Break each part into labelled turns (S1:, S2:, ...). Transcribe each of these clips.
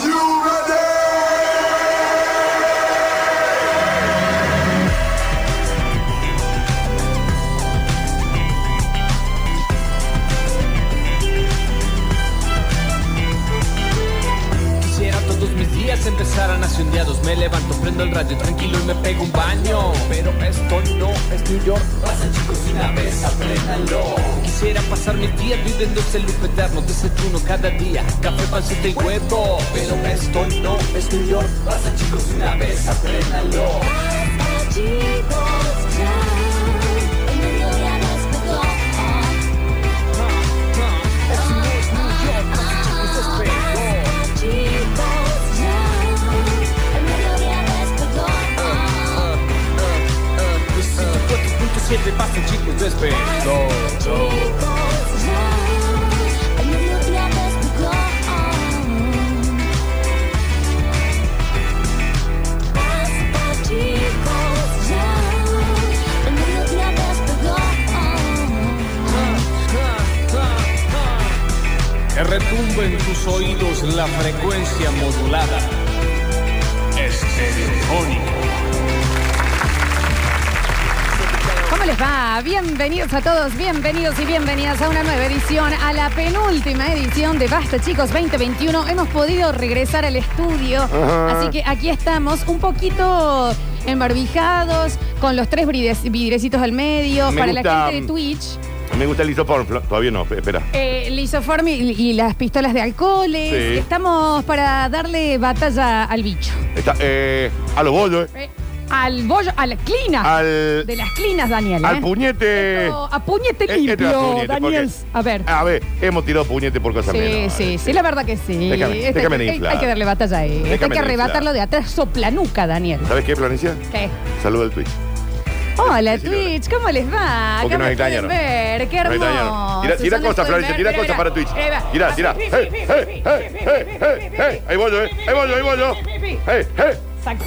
S1: you ready?
S2: Quisiera todos mis días empezaran así un día dos Me levanto, prendo el radio tranquilo y me pego un baño Pero esto no es New York Pasa chicos una vez, apréndalo Quisiera pasar mis días viviendo ese loop eterno Desayuno cada día, café, pancita y huevo Pero esto no es New York Pasa chicos una vez, apréndalo
S3: Chicos, ya, el mediodía despertó. Chicos, ya, el mediodía despertó.
S2: siete pasan chicos despegó
S3: Chicos, ya, el mediodía despertó. Basta, chicos, ya, el mediodía despertó.
S2: Que retumbe en tus oídos la frecuencia modulada estereofónica
S4: ¿Cómo les va? Bienvenidos a todos, bienvenidos y bienvenidas a una nueva edición, a la penúltima edición de Basta Chicos 2021. Hemos podido regresar al estudio, así que aquí estamos un poquito embarbijados, con los tres brides- vidrecitos al medio,
S5: Me
S4: para la
S5: gusta,
S4: gente de Twitch.
S5: Me gusta el isoform, Flo- todavía no, espera.
S4: Eh, lisoform y, y las pistolas de alcoholes.
S5: Sí.
S4: Estamos para darle batalla al bicho.
S5: Está, eh, a los bollos, eh.
S4: Eh, Al bollo, a la clina.
S5: al,
S4: Ah, de las clinas, Daniel.
S5: al
S4: eh.
S5: puñete.
S4: Esto, a puñete
S5: Eh,
S4: limpio,
S5: esto es a puñete,
S4: Daniel.
S5: porque- Ah,
S4: A ver.
S5: A ver, hemos tirado puñete por cosas
S4: Sí,
S5: menores.
S4: sí, sí, la verdad que sí.
S5: este. Déjame-
S4: Este-
S5: déjame
S4: hay,
S5: de inflar.
S4: hay que darle batalla a esto. Hay
S5: Déjame
S4: que
S5: de
S4: arrebatarlo
S5: inflar.
S4: de atrás. Soplanuca, Daniel.
S5: ¿Sabes qué, Florencia?
S4: ¿Qué?
S5: Saluda al Twitch.
S4: Hola,
S5: Decilo ahora.
S4: Twitch, ¿cómo les va? Acá
S5: Porque nos
S4: me pueden
S5: extrañaron.
S4: ver, qué
S5: Nos extrañaron.
S4: hermoso.
S5: Tirá- Tirá
S4: Susana
S5: cosas,
S4: pueden
S5: Florencia,
S4: ver,
S5: tirá
S4: mira,
S5: cosas para Twitch.
S4: mira. Ahí va.
S5: Tirá, tirá. ¡Hey, hey, hey, hey, hey, hey! Ahí bollo, eh. Ahí bollo, ahí bollo. ¡Hey, hey!
S4: Saco.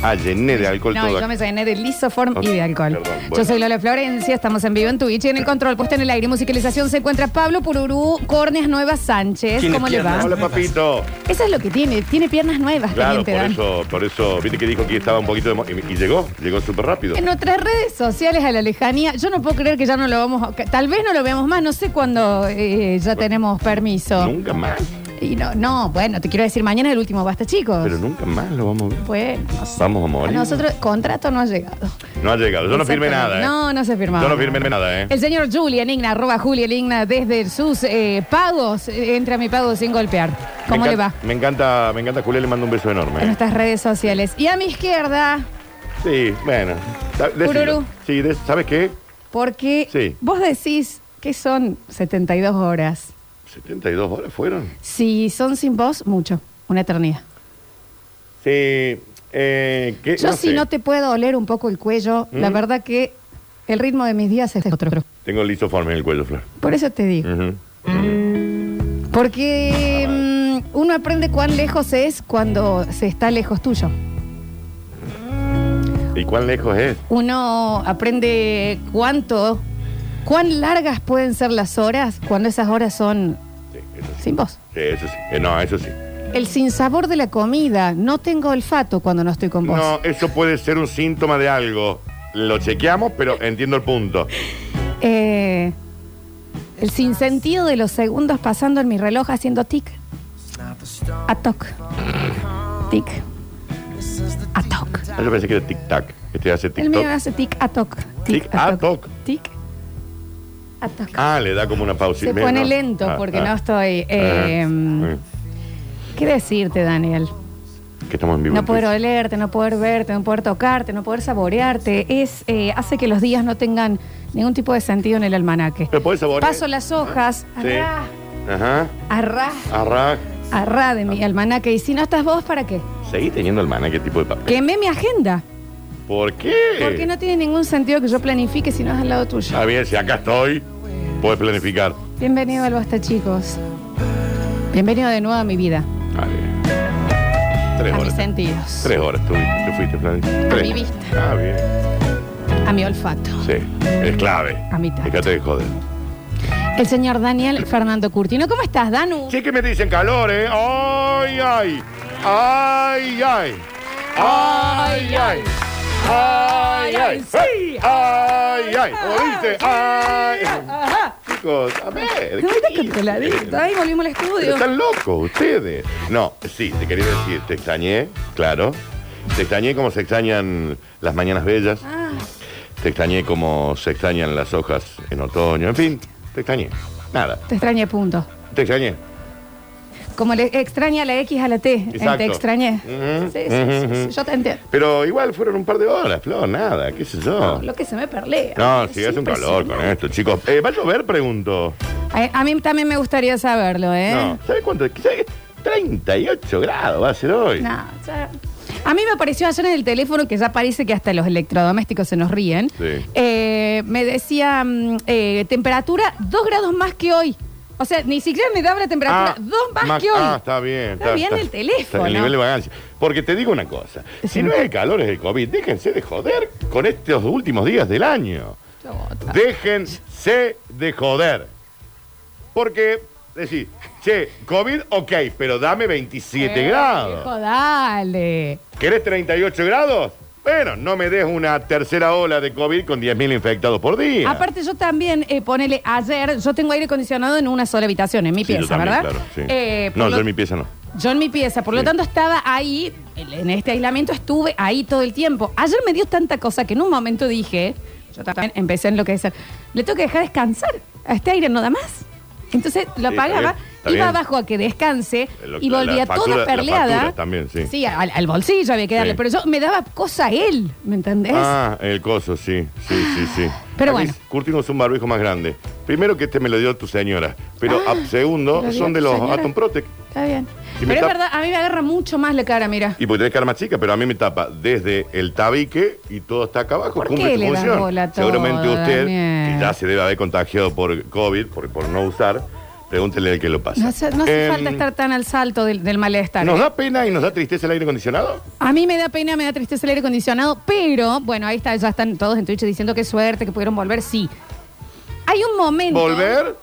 S5: Ah, llené de alcohol
S4: No,
S5: todo.
S4: yo me llené de lisoform
S5: Ok,
S4: y de alcohol.
S5: perdón,
S4: Yo
S5: bueno.
S4: soy Lola Florencia, estamos en vivo en Twitch y en el control puesto en el aire y musicalización se encuentra Pablo Pururú, Corneas Nuevas Sánchez.
S2: Tiene
S4: ¿Cómo le va?
S2: piernas.
S5: Hola, papito.
S4: Eso es lo que tiene, tiene piernas nuevas también
S5: Claro,
S4: te
S5: por
S4: dan.
S5: eso, por eso, viste que dijo que estaba un poquito de... mo- Y, y llegó, llegó súper rápido.
S4: En nuestras redes sociales a la lejanía, yo no puedo creer que ya no lo vamos, a- que tal vez no lo veamos más, no sé cuándo eh, ya tenemos permiso.
S5: Nunca más.
S4: Y no, no, bueno, te quiero decir, mañana es el último, basta chicos.
S5: Pero nunca más lo vamos a ver.
S4: Bueno, no sé.
S5: Vamos a morir.
S4: nosotros contrato no ha llegado.
S5: No ha llegado. Yo no firmé nada, ¿eh?
S4: No, no se firmaba.
S5: Yo no firmé nada, ¿eh?
S4: El señor Julian Igna, arroba Julian Igna, desde sus eh, pagos, eh, entra a mi pago sin golpear.
S5: Me
S4: ¿Cómo le va?
S5: encanta- Me encanta, me encanta Julián, le mando un beso enorme.
S4: En
S5: ¿eh?
S4: nuestras redes sociales. Y a mi izquierda,
S5: Sí, bueno. Da- decilo.
S4: Pururú.
S5: Sí, de- ¿sabes qué?
S4: porque
S5: Sí.
S4: vos decís que son 72 horas.
S5: 72 horas fueron.
S4: Si son sin vos, mucho. Una eternidad.
S5: Sí. Eh, ¿qué?
S4: Yo si
S5: sé.
S4: no te puedo oler un poco el cuello, la
S5: ¿Mm?
S4: verdad que el ritmo de mis días es otro.
S5: Tengo lisoforme en el cuello, Flor.
S4: Por eso te digo.
S5: Ujú. Mm.
S4: Porque mm, uno aprende cuán lejos es cuando se está lejos tuyo.
S5: ¿Y cuán lejos es?
S4: Uno aprende cuánto, cuán largas pueden ser las horas cuando esas horas son
S5: Sí, eso sí.
S4: sin vos.
S5: Sí, eso sí. Eh, no, eso sí.
S4: El sinsabor de la comida, no tengo olfato cuando no estoy con vos.
S5: No, eso puede ser un síntoma de algo. Lo chequeamos, pero entiendo el punto.
S4: Eh, el sinsentido de los segundos pasando en mi reloj haciendo tic. A toc. Tic. A toc.
S5: Ah, Yo pensé que era tic-tac. Este hace
S4: El mío
S5: tic-tac.
S4: hace tic a toc.
S5: Tic a toc.
S4: Tic a toc.
S5: Ah, le da como una pausa. Ah,
S4: Se pone lento porque no estoy. eh, ¿Qué decirte, Daniel?
S5: Que estamos en vivo.
S4: No
S5: en
S4: poder
S5: Twitch.
S4: olerte, no poder verte, no poder tocarte, no poder saborearte. Es, eh, hace que los días no tengan ningún tipo de sentido en el almanaque.
S5: Pero podés saborear.
S4: Paso las hojas,
S5: Sí.
S4: arrá,
S5: Ajá.
S4: arrá,
S5: Arra.
S4: arrá de
S5: Ah.
S4: mi almanaque. Y si no estás vos, ¿para qué?
S5: Seguí teniendo el ¿Qué tipo de papel.
S4: Quemé mi agenda.
S5: ¿Por qué?
S4: Porque no tiene ningún sentido que yo planifique si no es al lado tuyo.
S5: Está bien, si acá estoy, puedes planificar.
S4: Bienvenido al Basta, chicos. Bienvenido de nuevo a mi vida,
S5: A ver. Tres
S4: a mis
S5: horas.
S4: sentidos.
S5: Tres horas tú te fuiste, Flavio.
S4: mi vista.
S5: Ah, bien.
S4: a a mi olfato.
S5: Sí, es clave.
S4: A mi tacto.
S5: Fíjate de joder.
S4: El señor Daniel Fernando Curtino. ¿Cómo estás, Danu?
S5: Sí que me dicen calor, ¿eh? ¡Ay, ay! ¡Ay, ay! ¡Ay, ay! ¡Ay, ay!
S4: sí.
S5: ¡Ay, ay! ¿Oíste? ¡Ay!
S4: Ajá.
S5: Chicos, a ver.
S4: Ay, está
S5: ¿qué dicen?
S4: controladito. Ahí volvimos al
S5: Pero
S4: estudio.
S5: están locos ustedes. No, sí, te quería decir, te extrañé, claro. Te extrañé como se extrañan las mañanas bellas.
S4: Ah,
S5: Te extrañé como se extrañan las hojas en otoño. En fin, te extrañé. Nada,
S4: te extrañé, punto.
S5: te extrañé.
S4: Como le extraña la X a la T. eh,
S5: Exacto.
S4: Te extrañé.
S5: Ujú,
S4: Sí, sí, sí, sí,
S5: ujú.
S4: Yo te entiendo.
S5: Pero igual fueron un par de horas, Flor, nada, qué sé yo.
S4: Lo que se me perlea.
S5: No, sí,
S4: Es
S5: hace un calor con
S4: impresionante.
S5: esto, chicos. Eh, ¿Va a llover? Pregunto.
S4: A, a mí también me gustaría saberlo, ¿eh?
S5: No, ¿sabes cuánto? ¿Sabes? 38 grados va a ser hoy.
S4: No, ya- A mí me apareció ayer en el teléfono, que ya parece que hasta los electrodomésticos se nos ríen.
S5: Sí.
S4: Eh, me decía mm, eh, temperatura 2 grados más que hoy. O sea, ni siquiera me daba la temperatura
S5: Ah,
S4: 2 más,
S5: Mac-
S4: que hoy.
S5: Ah, está bien.
S4: Está bien el teléfono.
S5: está el nivel de vagancia. Porque te digo una cosa.
S4: Sí.
S5: Si no es el calor, es el COVID. Déjense de joder con estos últimos días del año. Déjense de joder. Porque, decir, che, COVID, ok, pero dame 27
S4: Eh,
S5: grados.
S4: viejo, dale.
S5: ¿Querés 38 grados? Bueno, no me des una tercera ola de COVID con 10.000 infectados por día.
S4: Aparte, yo también, eh, ponele, ayer, yo tengo aire acondicionado en una sola habitación, en mi
S5: Sí, yo
S4: pieza,
S5: también,
S4: ¿verdad?
S5: claro, sí.
S4: Eh,
S5: no,
S4: por
S5: yo
S4: lo-
S5: en mi pieza no.
S4: Yo en mi pieza, por lo
S5: Sí.
S4: tanto estaba ahí, en este aislamiento estuve ahí todo el tiempo. Ayer me dio tanta cosa que en un momento dije, yo también empecé en lo que es le tengo que dejar descansar, a este aire no da más. Entonces lo
S5: Sí,
S4: apagaba,
S5: está bien,
S4: iba
S5: está bien.
S4: abajo a que descanse
S5: Lo-
S4: y
S5: la-
S4: volvía
S5: la factura-
S4: toda
S5: la
S4: perleada.
S5: factura también, sí.
S4: al, al bolsillo había que darle,
S5: Sí.
S4: pero yo me daba cosa a él, ¿me entendés?
S5: Ah, el coso, sí, sí, sí, sí.
S4: Pero
S5: Aquí
S4: bueno.
S5: Curtimos un barbijo más grande. Primero que este me lo dio tu señora. Pero ah, segundo,
S4: lo dio
S5: son de
S4: tu
S5: los
S4: señora.
S5: Atom Protect.
S4: Está bien.
S5: Y
S4: Pero
S5: me
S4: es
S5: tap-
S4: verdad, a mí me agarra mucho más la cara, mira.
S5: Y porque tenés cara más chica, pero a mí me tapa desde el tabique y todo está acá abajo.
S4: ¿Por
S5: Cumple
S4: qué
S5: su
S4: le das
S5: función.
S4: bola a todo,
S5: Seguramente usted,
S4: Daniel?
S5: que ya se debe haber contagiado por COVID, por, por no usar, pregúntele al que lo pasa.
S4: No hace, no hace
S5: Em,
S4: falta estar tan al salto del, del malestar.
S5: ¿Nos da pena y nos da tristeza el aire acondicionado?
S4: A mí me da pena, me da tristeza el aire acondicionado, pero bueno, ahí está, ya están todos en Twitch diciendo qué suerte, que pudieron volver, sí. Hay un momento.
S5: ¿Volver?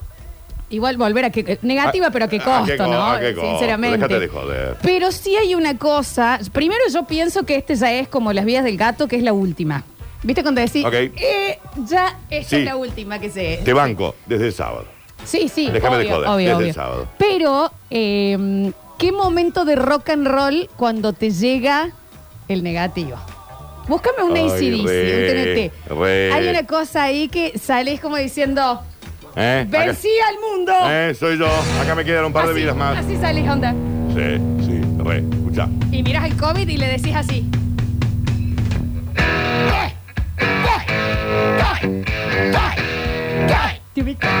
S4: Igual volver a que. eh, Negativa,
S5: A-
S4: pero a qué
S5: a
S4: costo,
S5: qué co-
S4: ¿no?
S5: a qué costo,
S4: Sinceramente.
S5: déjate de joder.
S4: Pero sí hay una cosa. Primero, yo pienso que este ya es como las vías del gato, que es la última. ¿Viste cuando decís?
S5: Ok.
S4: eh, ya esta
S5: Sí.
S4: es la última que se.
S5: Te banco desde el sábado.
S4: Sí, sí.
S5: Déjame de
S4: obvio,
S5: joder,
S4: obvio,
S5: desde
S4: obvio.
S5: el sábado.
S4: Pero, eh, ¿qué momento de rock and roll cuando te llega el negativo? Búscame un
S5: Ay,
S4: ACDC,
S5: re,
S4: un TNT.
S5: re.
S4: Hay una cosa ahí que salís como diciendo,
S5: ¿Eh? Acá-
S4: vencí al mundo.
S5: Eh, soy yo. Acá me quedan un par de
S4: Así,
S5: vidas más.
S4: Así salís, onda.
S5: Sí, sí, re, escuchá.
S4: Y miras el COVID y le decís así. ¿Te ubicas?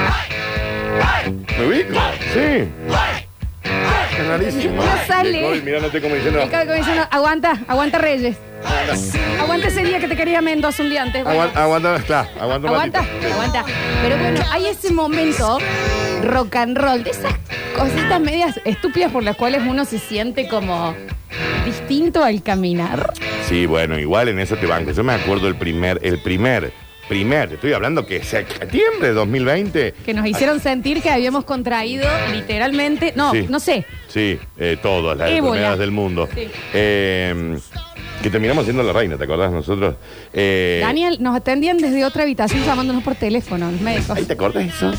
S5: ¿Me ubico? Sí. Es rarísimo.
S4: No sale.
S5: Y el COVID mirándote como diciendo,
S4: El COVID diciendo, aguanta, aguanta Reyes. Aguanta ese día que te quería Mendoza un día antes. Bueno.
S5: "Aguan- aguanta, claro, aguanta un
S4: Aguanta,
S5: ratito". Sí.
S4: aguanta. Pero bueno, hay ese momento rock and roll, de esas cositas medias estúpidas por las cuales uno se siente como distinto al caminar.
S5: Sí, bueno, igual en eso te banco. Yo me acuerdo el primer, el primer, primer, te estoy hablando que septiembre de 2020.
S4: Que nos hicieron sentir que habíamos contraído literalmente, no,
S5: Sí.
S4: no sé.
S5: Sí, eh, todas las
S4: Ébola.
S5: enfermedades del mundo.
S4: Sí.
S5: Eh, que terminamos siendo la reina, ¿te acordás nosotros? Eh,
S4: Daniel, nos atendían desde otra habitación llamándonos por teléfono, los médicos.
S5: ¿Ahí te acordás eso?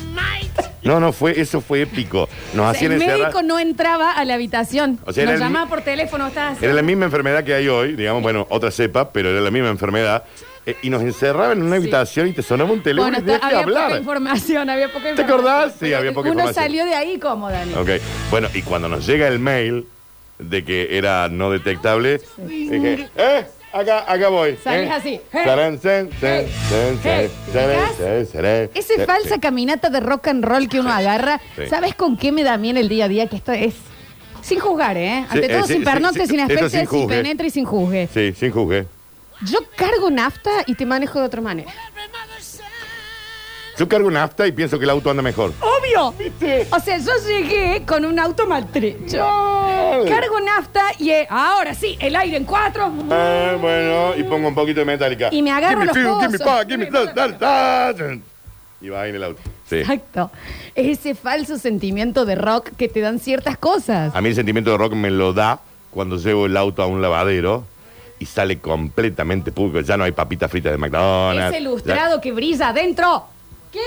S5: No, no, fue, eso fue épico. Nos
S4: O sea,
S5: hacían
S4: el
S5: encerrar-
S4: médico no entraba a la habitación.
S5: O sea, era
S4: nos
S5: el-
S4: llamaba por teléfono, estabas.
S5: Era la misma enfermedad que hay hoy, digamos, bueno, otra cepa, pero era la misma enfermedad. Eh, y nos encerraban en una habitación y te sonaba un teléfono
S4: Bueno,
S5: y tenías
S4: está-
S5: que
S4: había poca
S5: hablar.
S4: información, había poca
S5: ¿Te
S4: información.
S5: acordás? Sí, había poca
S4: Uno
S5: información.
S4: salió de ahí como, Daniel.
S5: Ok, bueno, y cuando nos llega el mail de que era no detectable, dije, ¡eh! Acá, acá voy.
S4: Salís
S5: eh.
S4: así. eh,
S5: Sarán, sen, sen,
S4: Hey.
S5: sen,
S4: Hey.
S5: sen, sarán,
S4: ¿Ubicás?
S5: sen, sarán,
S4: Esa
S5: sen,
S4: falsa
S5: sí.
S4: caminata de rock and roll que uno agarra,
S5: Sí.
S4: ¿sabes con qué me da bien el día a día? Que esto es. Sin juzgar, ¿eh? Ante
S5: Sí,
S4: todo,
S5: eh, sí,
S4: sin
S5: sí,
S4: pernocte,
S5: sí,
S4: sin
S5: sí. Eso
S4: aspecto,
S5: sin
S4: sin,
S5: juzgue.
S4: penetra y sin juzgue.
S5: Sí, sin juzgue.
S4: Yo cargo nafta y te manejo de otra manera.
S5: Yo cargo un afta y pienso que el auto anda mejor.
S4: ¡Obvio! O sea, yo llegué con un auto maltrecho.
S5: tarde.
S4: Cargo nafta y eh, ahora sí, el aire en cuatro.
S5: Ah, bueno, y pongo un poquito de metálica.
S4: Y me agarro los
S5: Give me
S4: pozos.
S5: power, give me
S4: Give me
S5: that, that, that. Y va ahí en el auto. Sí.
S4: Exacto. Ese falso sentimiento de rock que te dan ciertas cosas.
S5: A mí el sentimiento de rock me lo da cuando llevo el auto a un lavadero y sale completamente público. Ya no hay papitas fritas de McDonald's.
S4: Ese lustrado que brilla adentro. ¿Qué?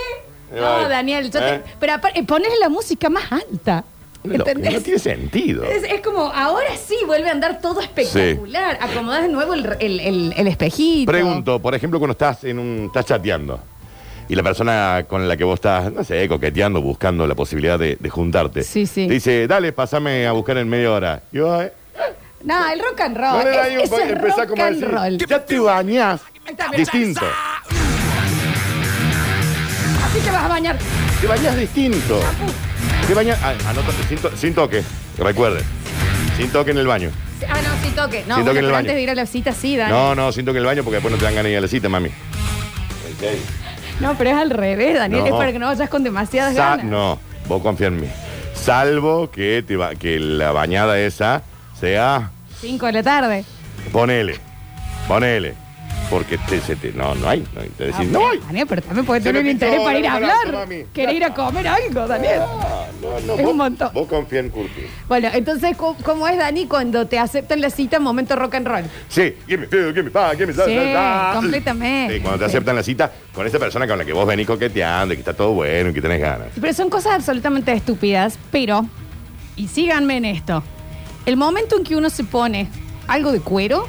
S5: Ahí
S4: No,
S5: va.
S4: Daniel, yo te-
S5: ¿Eh?
S4: pero apar- eh, ponés la música más alta.
S5: Ya- No,
S4: ¿Entendés?
S5: no tiene sentido.
S4: Es, es como, ahora sí vuelve a andar todo espectacular. Acomodás de nuevo el, el- el- el espejito.
S5: Pregunto, por ejemplo, cuando estás en un estás chateando y la persona con la que vos estás, no sé, coqueteando, buscando la posibilidad de, de juntarte,
S4: Sí, sí.
S5: te dice, dale, pasame a buscar en media hora. Y vos, eh,
S4: No, el rock and roll.
S5: ponele ahí un
S4: Es, eso
S5: po-
S4: es
S5: empezá
S4: rock
S5: como a
S4: and
S5: decir,
S4: roll.
S5: Ya te bañás. Distinto.
S4: Así te vas a bañar.
S5: Te bañás distinto.
S4: Ah,
S5: Te bañás. ah, anota, sin, to- sin toque, recuerden. Sin toque en el baño.
S4: Ah, no, sin toque. No,
S5: Sin toque
S4: bueno,
S5: en el
S4: pero
S5: baño.
S4: antes de ir a la cita, sí, Dani.
S5: No, no, sin toque en el baño porque después no te dan ganas de ir a la cita, mami.
S4: No, pero es al revés, Daniel.
S5: No.
S4: Es para que no vayas con demasiadas
S5: Sa-
S4: ganas.
S5: no, vos confía en mí. Salvo que, te ba- que la bañada esa sea.
S4: Cinco de la tarde.
S5: Ponele. Ponele. Porque te, se te- no, no hay. No, hay. te decís,
S4: Ah,
S5: no hay.
S4: Daniel, pero también puedes
S5: Se
S4: tener un
S5: me pintó
S4: interés para
S5: la
S4: ir a
S5: cucaracha,
S4: hablar.
S5: mami.
S4: Querer ir a comer algo, Daniel.
S5: Ah, no, no,
S4: Es un
S5: vos-
S4: montón.
S5: Vos confía en Curtis.
S4: Bueno, entonces, ¿cómo, cómo es, Dani, cuando te aceptan la cita en momento rock and roll?
S5: Sí, uh, give me feel, give me power, give me that,
S4: Sí,
S5: that, that.
S4: completamente.
S5: Sí, cuando te aceptan la cita con esa persona con la que vos venís coqueteando y que está todo bueno y que tenés ganas.
S4: Pero son cosas absolutamente estúpidas, pero, y síganme en esto, el momento en que uno se pone algo de cuero,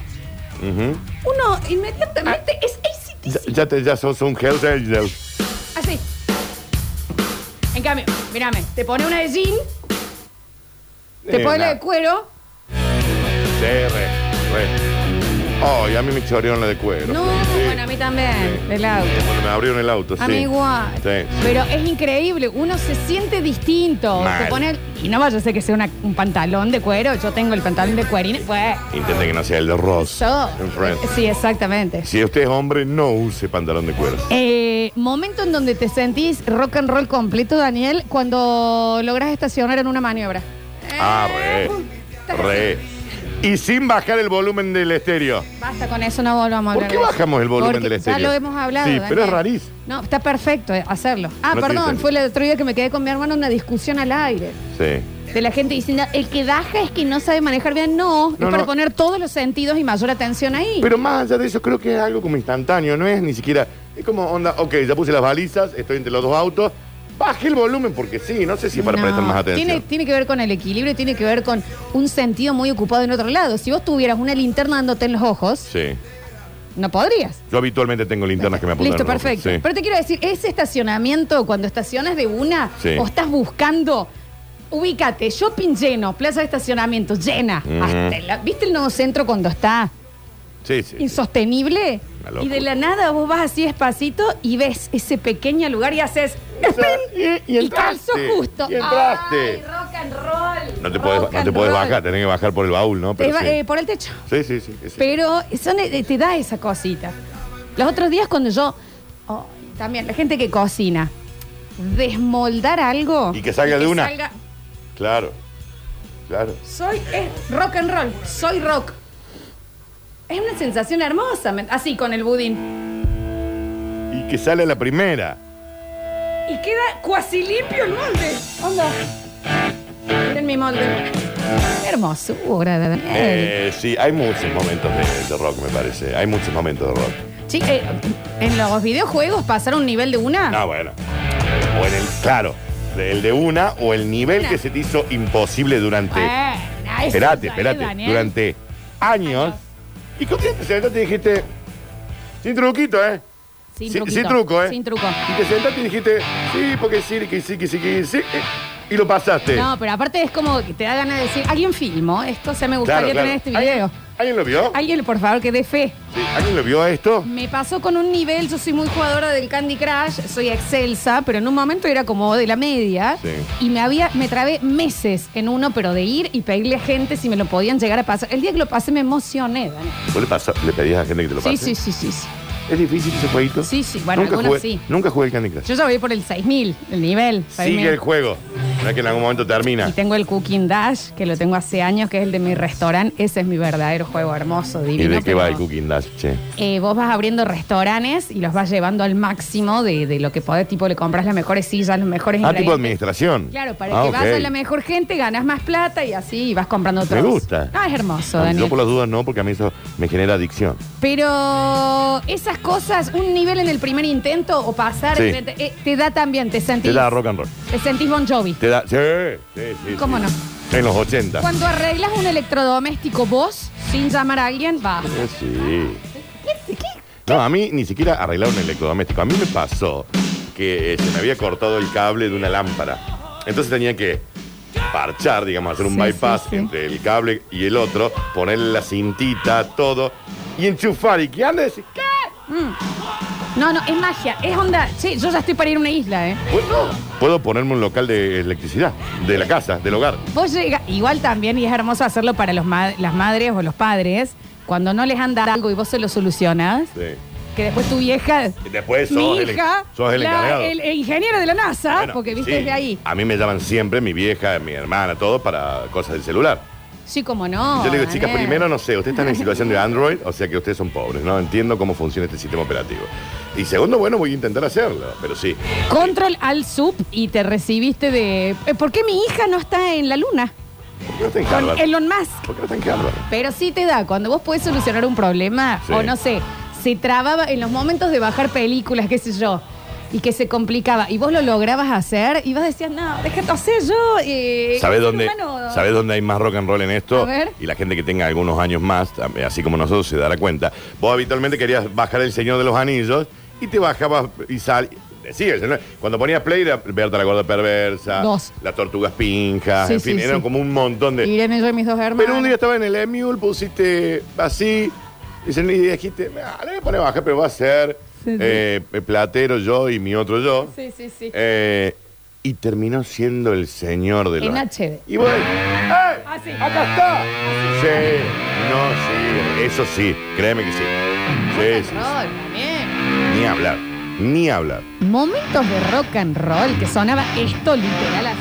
S5: Ujú. Ah.
S4: uno inmediatamente es ACDC.
S5: ya, ya te- ya sos un Hells Angel.
S4: Así. En cambio, mírame, te pone una de jean, te
S5: Eh,
S4: pone la
S5: nah.
S4: de cuero.
S5: Sí, re, re. Ay, a mí me chorearon la de cuero.
S4: No,
S5: Sí.
S4: bueno, a mí también,
S5: Sí.
S4: del auto.
S5: Bueno, me abrieron el auto, sí.
S4: A mí igual.
S5: Sí.
S4: ah, Pero es increíble, uno se siente distinto.
S5: Mal.
S4: Se pone- y no vaya a ser que sea una- un pantalón de cuero, yo tengo el pantalón de cuerina. Pues,
S5: Intente que no sea el de Ross.
S4: yo.
S5: En Friends.
S4: Sí, exactamente.
S5: Si usted es hombre, no use pantalón de cuero.
S4: Eh, momento en donde te sentís rock and roll completo, Daniel, cuando logras estacionar en una maniobra.
S5: Ah, re. Re. Y sin bajar el volumen del estéreo.
S4: Basta con eso, no volvamos a
S5: ¿Por
S4: hablar.
S5: qué
S4: de eso.
S5: bajamos el volumen
S4: Porque
S5: del estéreo?
S4: Ya lo hemos hablado.
S5: Sí, pero
S4: Daniel.
S5: es rarís.
S4: No, está perfecto eh, hacerlo. Ah,
S5: No tiene
S4: perdón,
S5: sentido.
S4: fue la otro día que me quedé con mi hermano en una discusión al aire.
S5: Sí.
S4: De la gente diciendo, el que baja es que no sabe manejar bien. No, es
S5: No,
S4: para
S5: no.
S4: poner todos los sentidos y mayor atención ahí.
S5: Pero más allá de eso, creo que es algo como instantáneo, no es ni siquiera. Es como onda, ok, ya puse las balizas, estoy entre los dos autos, bajé el volumen porque sí, no sé si es para
S4: No,
S5: prestar más atención.
S4: Tiene, tiene que ver con el equilibrio, tiene que ver con un sentido muy ocupado en otro lado. Si vos tuvieras una linterna dándote en los ojos,
S5: Sí.
S4: no podrías.
S5: Yo habitualmente tengo linternas que me apuntan.
S4: Listo,
S5: en rojo,
S4: perfecto.
S5: sí.
S4: Pero te quiero decir, ese estacionamiento, cuando estacionas de una
S5: Sí.
S4: o estás buscando, ubícate, shopping lleno, plaza de estacionamiento llena.
S5: Ujú.
S4: hasta la- ¿Viste el nuevo centro cuando está
S5: Sí, sí, sí.
S4: insostenible?
S5: Una locura.
S4: Y de la nada vos vas así despacito y ves ese pequeño lugar y haces
S5: Y- y
S4: y, calzo
S5: entraste,
S4: justo.
S5: y entraste.
S4: Ay, rock and roll.
S5: No te podés,
S4: rock
S5: no te
S4: and
S5: podés
S4: roll.
S5: bajar, tenés que bajar por el baúl, ¿no?
S4: Te
S5: Pero
S4: va-
S5: sí.
S4: eh, por el techo.
S5: sí, sí, sí, sí.
S4: Pero son, eh, te da esa cosita. Los otros días cuando yo... oh, también, la gente que cocina. Desmoldar algo.
S5: Y que salga de una.
S4: salga-
S5: Claro. Claro.
S4: soy es rock and roll. Soy rock. Es una sensación hermosa. ¿me- Así, con el budín.
S5: Y que sale a la primera.
S4: Y queda cuasi limpio el molde. Onda. Miren mi molde. Qué Hermosura, Daniel.
S5: Eh, sí, hay muchos momentos de, de rock, me parece. Hay muchos momentos de rock.
S4: Sí, eh, en los videojuegos pasar a un nivel de una.
S5: Ah, bueno. O en el, claro, el de una o el nivel
S4: Una.
S5: que se te hizo imposible durante.
S4: Bueno, eso
S5: espérate,
S4: ya es,
S5: espérate.
S4: Daniel.
S5: Durante años.
S4: Años.
S5: Y con te sentaste y dijiste. Sin truquito, ¿eh?
S4: Sin,
S5: Sí,
S4: truquito.
S5: sin truco, ¿eh?
S4: Sin truco.
S5: Y te sentaste y dijiste, sí, porque sí, que sí, que sí, que sí. eh, Y lo pasaste.
S4: No, pero aparte es como que te da ganas de decir, alguien filmó esto, o sea, me gustaría tener este video.
S5: ¿Alguien, alguien lo vio?
S4: Alguien, por favor, que dé fe.
S5: Sí, ¿Alguien lo vio a esto?
S4: Me pasó con un nivel, yo soy muy jugadora del Candy Crush, soy excelsa, pero en un momento era como de la media.
S5: Sí.
S4: Y me había, me trabé meses en uno, pero de ir y pedirle a gente si me lo podían llegar a pasar. El día que lo pasé me emocioné, Dani.
S5: ¿Vos le, pasó- le pedías a gente que te lo
S4: Sí,
S5: pase?
S4: sí, sí, sí, sí.
S5: ¿Es difícil ese jueguito?
S4: Sí, sí, bueno,
S5: nunca
S4: algunos
S5: jugué,
S4: sí.
S5: Nunca jugué el Candy Crush.
S4: Yo ya voy por el 6000, el nivel. 6000.
S5: Sigue el juego. No es que en algún momento termina.
S4: Y tengo el Cooking Dash, que lo tengo hace años, que es el de mi restaurante. Ese es mi verdadero juego hermoso,
S5: ¿Y
S4: divino.
S5: de qué
S4: pero-
S5: va el Cooking Dash, che? Ah,
S4: Eh, vos vas abriendo restaurantes y los vas llevando al máximo de, de lo que podés. Tipo, le compras las mejores sillas, los mejores
S5: Ah, tipo
S4: ingredientes.
S5: administración.
S4: Claro, para
S5: Ah,
S4: que
S5: ok.
S4: vas a la mejor gente, ganas más plata y así y vas comprando todo.
S5: Me gusta.
S4: Ah, es hermoso,
S5: Ah,
S4: Daniel.
S5: Yo por las dudas no, porque a mí eso me genera adicción.
S4: Pero esas cosas, un nivel en el primer intento o pasar,
S5: Sí.
S4: eh, te, da también, te sentís.
S5: Te da rock and roll.
S4: Te sentís Bon Jovi.
S5: Te da. Sí, sí, sí,
S4: ¿Cómo
S5: sí.
S4: no?
S5: En los 80.
S4: Cuando arreglas un electrodoméstico vos, sin llamar a alguien, va.
S5: Eh, Sí. No, a mí ni siquiera arreglaron el electrodoméstico. A mí me pasó que eh, se me había cortado el cable de una lámpara. Entonces tenía que parchar, digamos, hacer un
S4: Sí,
S5: bypass
S4: sí, sí.
S5: entre el cable y el otro, ponerle la cintita, todo, y enchufar. Y que ande decir, ¿qué?
S4: No, no, es magia. Es onda. Che, yo ya estoy para ir a una isla, ¿eh?
S5: Bueno, puedo ponerme un local de electricidad, de la casa, del hogar.
S4: Vos llega igual también, y es hermoso hacerlo para los ma- las madres o los padres, cuando no les anda algo y vos se lo solucionas,
S5: Sí.
S4: que después tu vieja,
S5: Y después
S4: mi
S5: sos el,
S4: hija,
S5: sos el
S4: la-
S5: encargado.
S4: el- el ingeniero de la NASA,
S5: Bueno,
S4: Ah, porque viste
S5: sí.
S4: desde ahí.
S5: A mí me llaman siempre mi vieja, mi hermana, todo para cosas del celular.
S4: Sí, como no.
S5: Yo le digo, chicas,
S4: Daniel.
S5: primero no sé, ustedes están en situación de Android, o sea que ustedes son pobres, no entiendo cómo funciona este sistema operativo. Y segundo, bueno, voy a intentar hacerlo, pero sí.
S4: Control al sub y te recibiste de. eh, ¿Por qué mi hija no está en la luna?
S5: ¿Por qué no está en
S4: Con
S5: Harvard?
S4: Elon Musk.
S5: ¿Por qué no está en Harvard?
S4: Pero sí te da, cuando vos podés solucionar un problema,
S5: Sí.
S4: o no sé, se trababa en los momentos de bajar películas, qué sé yo, y que se complicaba, y vos lo lograbas hacer, y vos decías, no, déjate hacer yo. Eh,
S5: ¿Sabes
S4: ser
S5: dónde,
S4: humano".
S5: ¿Sabés dónde hay más rock and roll en esto?
S4: A ver.
S5: Y la gente que tenga algunos años más, tam- eh, así como nosotros, se dará cuenta. Vos habitualmente querías bajar El Señor de los Anillos y te bajabas y sal. Decías, ¿no? Cuando ponías play era Berta la Gorda Perversa,
S4: Dos.
S5: Las Tortugas Pinjas,
S4: Sí,
S5: en
S4: sí,
S5: fin, eran
S4: sí.
S5: como un montón de.
S4: Irene, yo y mis dos hermanos.
S5: Pero un día estaba en el Emule, pusiste así, y se- y dijiste, "Ah, le voy a poner baja, pero va a ser
S4: Sí, sí.
S5: eh, platero yo y mi otro yo.
S4: Sí, sí, sí.
S5: Eh, y terminó siendo el señor de los...
S4: En HD.
S5: Y voy, ¡eh!
S4: Así.
S5: ¡Acá está! Sí, no, sí, eso sí, créeme que sí. Sí, sí, sí.
S4: Rock, Daniel.
S5: Ni hablar, ni hablar.
S4: Momentos de rock and roll que sonaba esto literal así.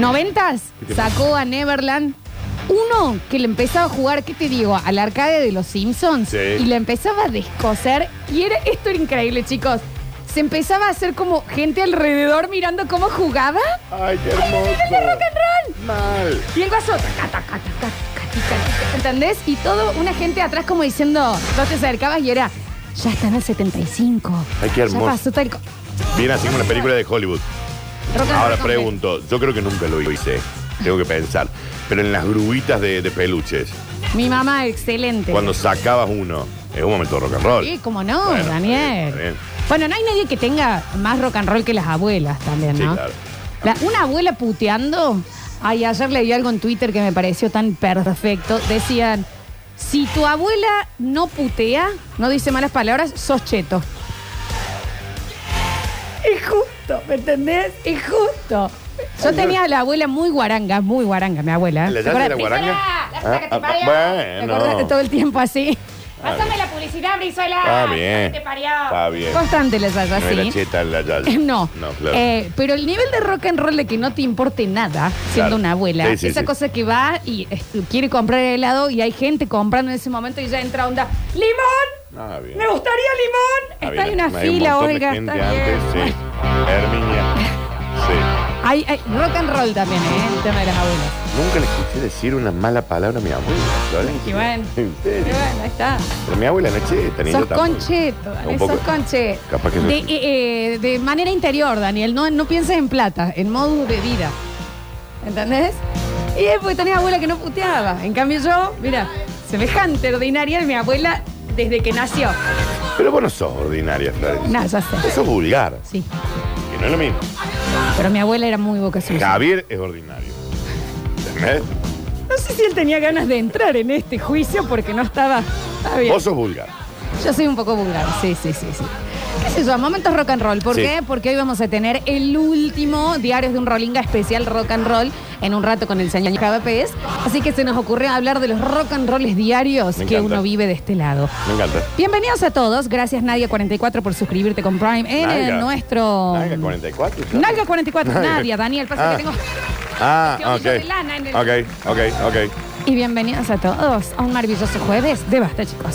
S4: ¿Noventas?
S5: ¿Qué te
S4: Sacó a Neverland. Uno que le empezaba a jugar, ¿qué te digo? Al arcade de los Simpsons.
S5: Sí.
S4: Y le empezaba a descoser. Y era, esto era increíble, chicos. Se empezaba a hacer como gente alrededor mirando cómo jugaba.
S5: ¡Ay, qué hermoso!
S4: ¡Mira el rock and roll!
S5: ¡Mal!
S4: Y el guaso, taca, taca, taca, taca, taca, ¿entendés? Y todo una gente atrás como diciendo, no te acercabas y era, ya están al 75.
S5: Ay, qué hermoso.
S4: Ya pasó tal cosa.
S5: Viene así como una película de Hollywood.
S4: Rock and
S5: Ahora
S4: roll completo.
S5: pregunto, yo creo que nunca lo hice, tengo que pensar, pero en las grubitas de, de peluches,
S4: Mi mamá, excelente.
S5: cuando sacabas uno, es un momento rock and roll.
S4: Sí, cómo no,
S5: Bueno,
S4: Daniel.
S5: está bien, está bien.
S4: Bueno, no hay nadie que tenga más rock and roll que las abuelas también,
S5: Sí,
S4: ¿no?
S5: claro.
S4: La- una abuela puteando. Ay, ayer leí algo en Twitter que me pareció tan perfecto. Decían, si tu abuela no putea, no dice malas palabras, sos cheto. Es justo, ¿me entendés? Es justo. Yo tenía a la abuela muy guaranga, muy guaranga, mi abuela.
S5: ¿La
S4: ¿Te
S5: llave de la
S4: acordás?
S5: guaranga?
S4: ¡Brizuela! La puta que te
S5: Ah, ah,
S4: parió.
S5: bueno.
S4: ¿Te acordás todo el tiempo así?
S5: Ah,
S4: Pásame la publicidad, Brizuela.
S5: Está bien.
S4: Te parió.
S5: Está bien.
S4: Constante la Yaya,
S5: No es la
S4: ¿Ah, sí.
S5: cheta en la yaya.
S4: No,
S5: No, claro.
S4: Eh, pero el nivel de rock and roll de que no te importe nada siendo
S5: Claro.
S4: una abuela,
S5: Sí, sí,
S4: esa
S5: sí.
S4: cosa que va y eh, quiere comprar helado y hay gente comprando en ese momento y ya entra onda, ¡Limón!
S5: Ah, bien.
S4: ¡Me gustaría limón!
S5: Ah,
S4: Está en
S5: bien.
S4: una
S5: Hay un
S4: fila,
S5: montón de
S4: Olga.
S5: gente
S4: está bien.
S5: antes, sí. Herminia. Sí.
S4: Hay, hay rock and roll también, ¿eh? El tema de las abuelas.
S5: Nunca le escuché decir una mala palabra a mi abuela. Florencia.
S4: Y bueno.
S5: En
S4: Pero
S5: serio.
S4: bueno, ahí está.
S5: Pero mi abuela no es cheta, ni yo
S4: Sos
S5: tampoco.
S4: concheto, Daniel,
S5: Un poco.
S4: sos concheto.
S5: Capaz que
S4: de,
S5: no.
S4: eh, eh, de manera interior, Daniel, no, no pienses en plata, en modo de vida. ¿Entendés? Y es porque tenés abuela que no puteaba. En cambio yo, mira, semejante ordinaria de mi abuela desde que nació.
S5: Pero vos no sos ordinaria, Florencia.
S4: No, ya sé.
S5: Vos sos vulgar,
S4: Sí,
S5: que no es lo mismo.
S4: pero mi abuela era muy boca sucia.
S5: Javier es ordinario. ¿Entendés?
S4: No sé si él tenía ganas de entrar en este juicio porque no estaba... Está bien.
S5: Vos sos vulgar.
S4: Yo soy un poco vulgar, sí, sí, sí, sí. ¿Qué sé yo? Momentos rock and roll. ¿Por
S5: Sí.
S4: qué? Porque hoy vamos a tener el último Diarios de un Rollinga especial rock and roll en un rato con el señor Java Pérez. Así que se nos ocurrió hablar de los rock and rolls diarios
S5: Me
S4: que
S5: encanta.
S4: uno vive de este lado.
S5: Me encanta.
S4: Bienvenidos a todos. Gracias Nadia44 por suscribirte con Prime en el
S5: Nalga.
S4: nuestro...
S5: Nalga 44. ¿sabes?
S4: Nalga44. Nadia, Daniel, pasa
S5: Ah.
S4: que tengo...
S5: Ah,
S4: Este ovillo
S5: ok.
S4: de lana en el-
S5: Ok, ok, ok.
S4: Y bienvenidos a todos a un maravilloso jueves de Basta, chicos.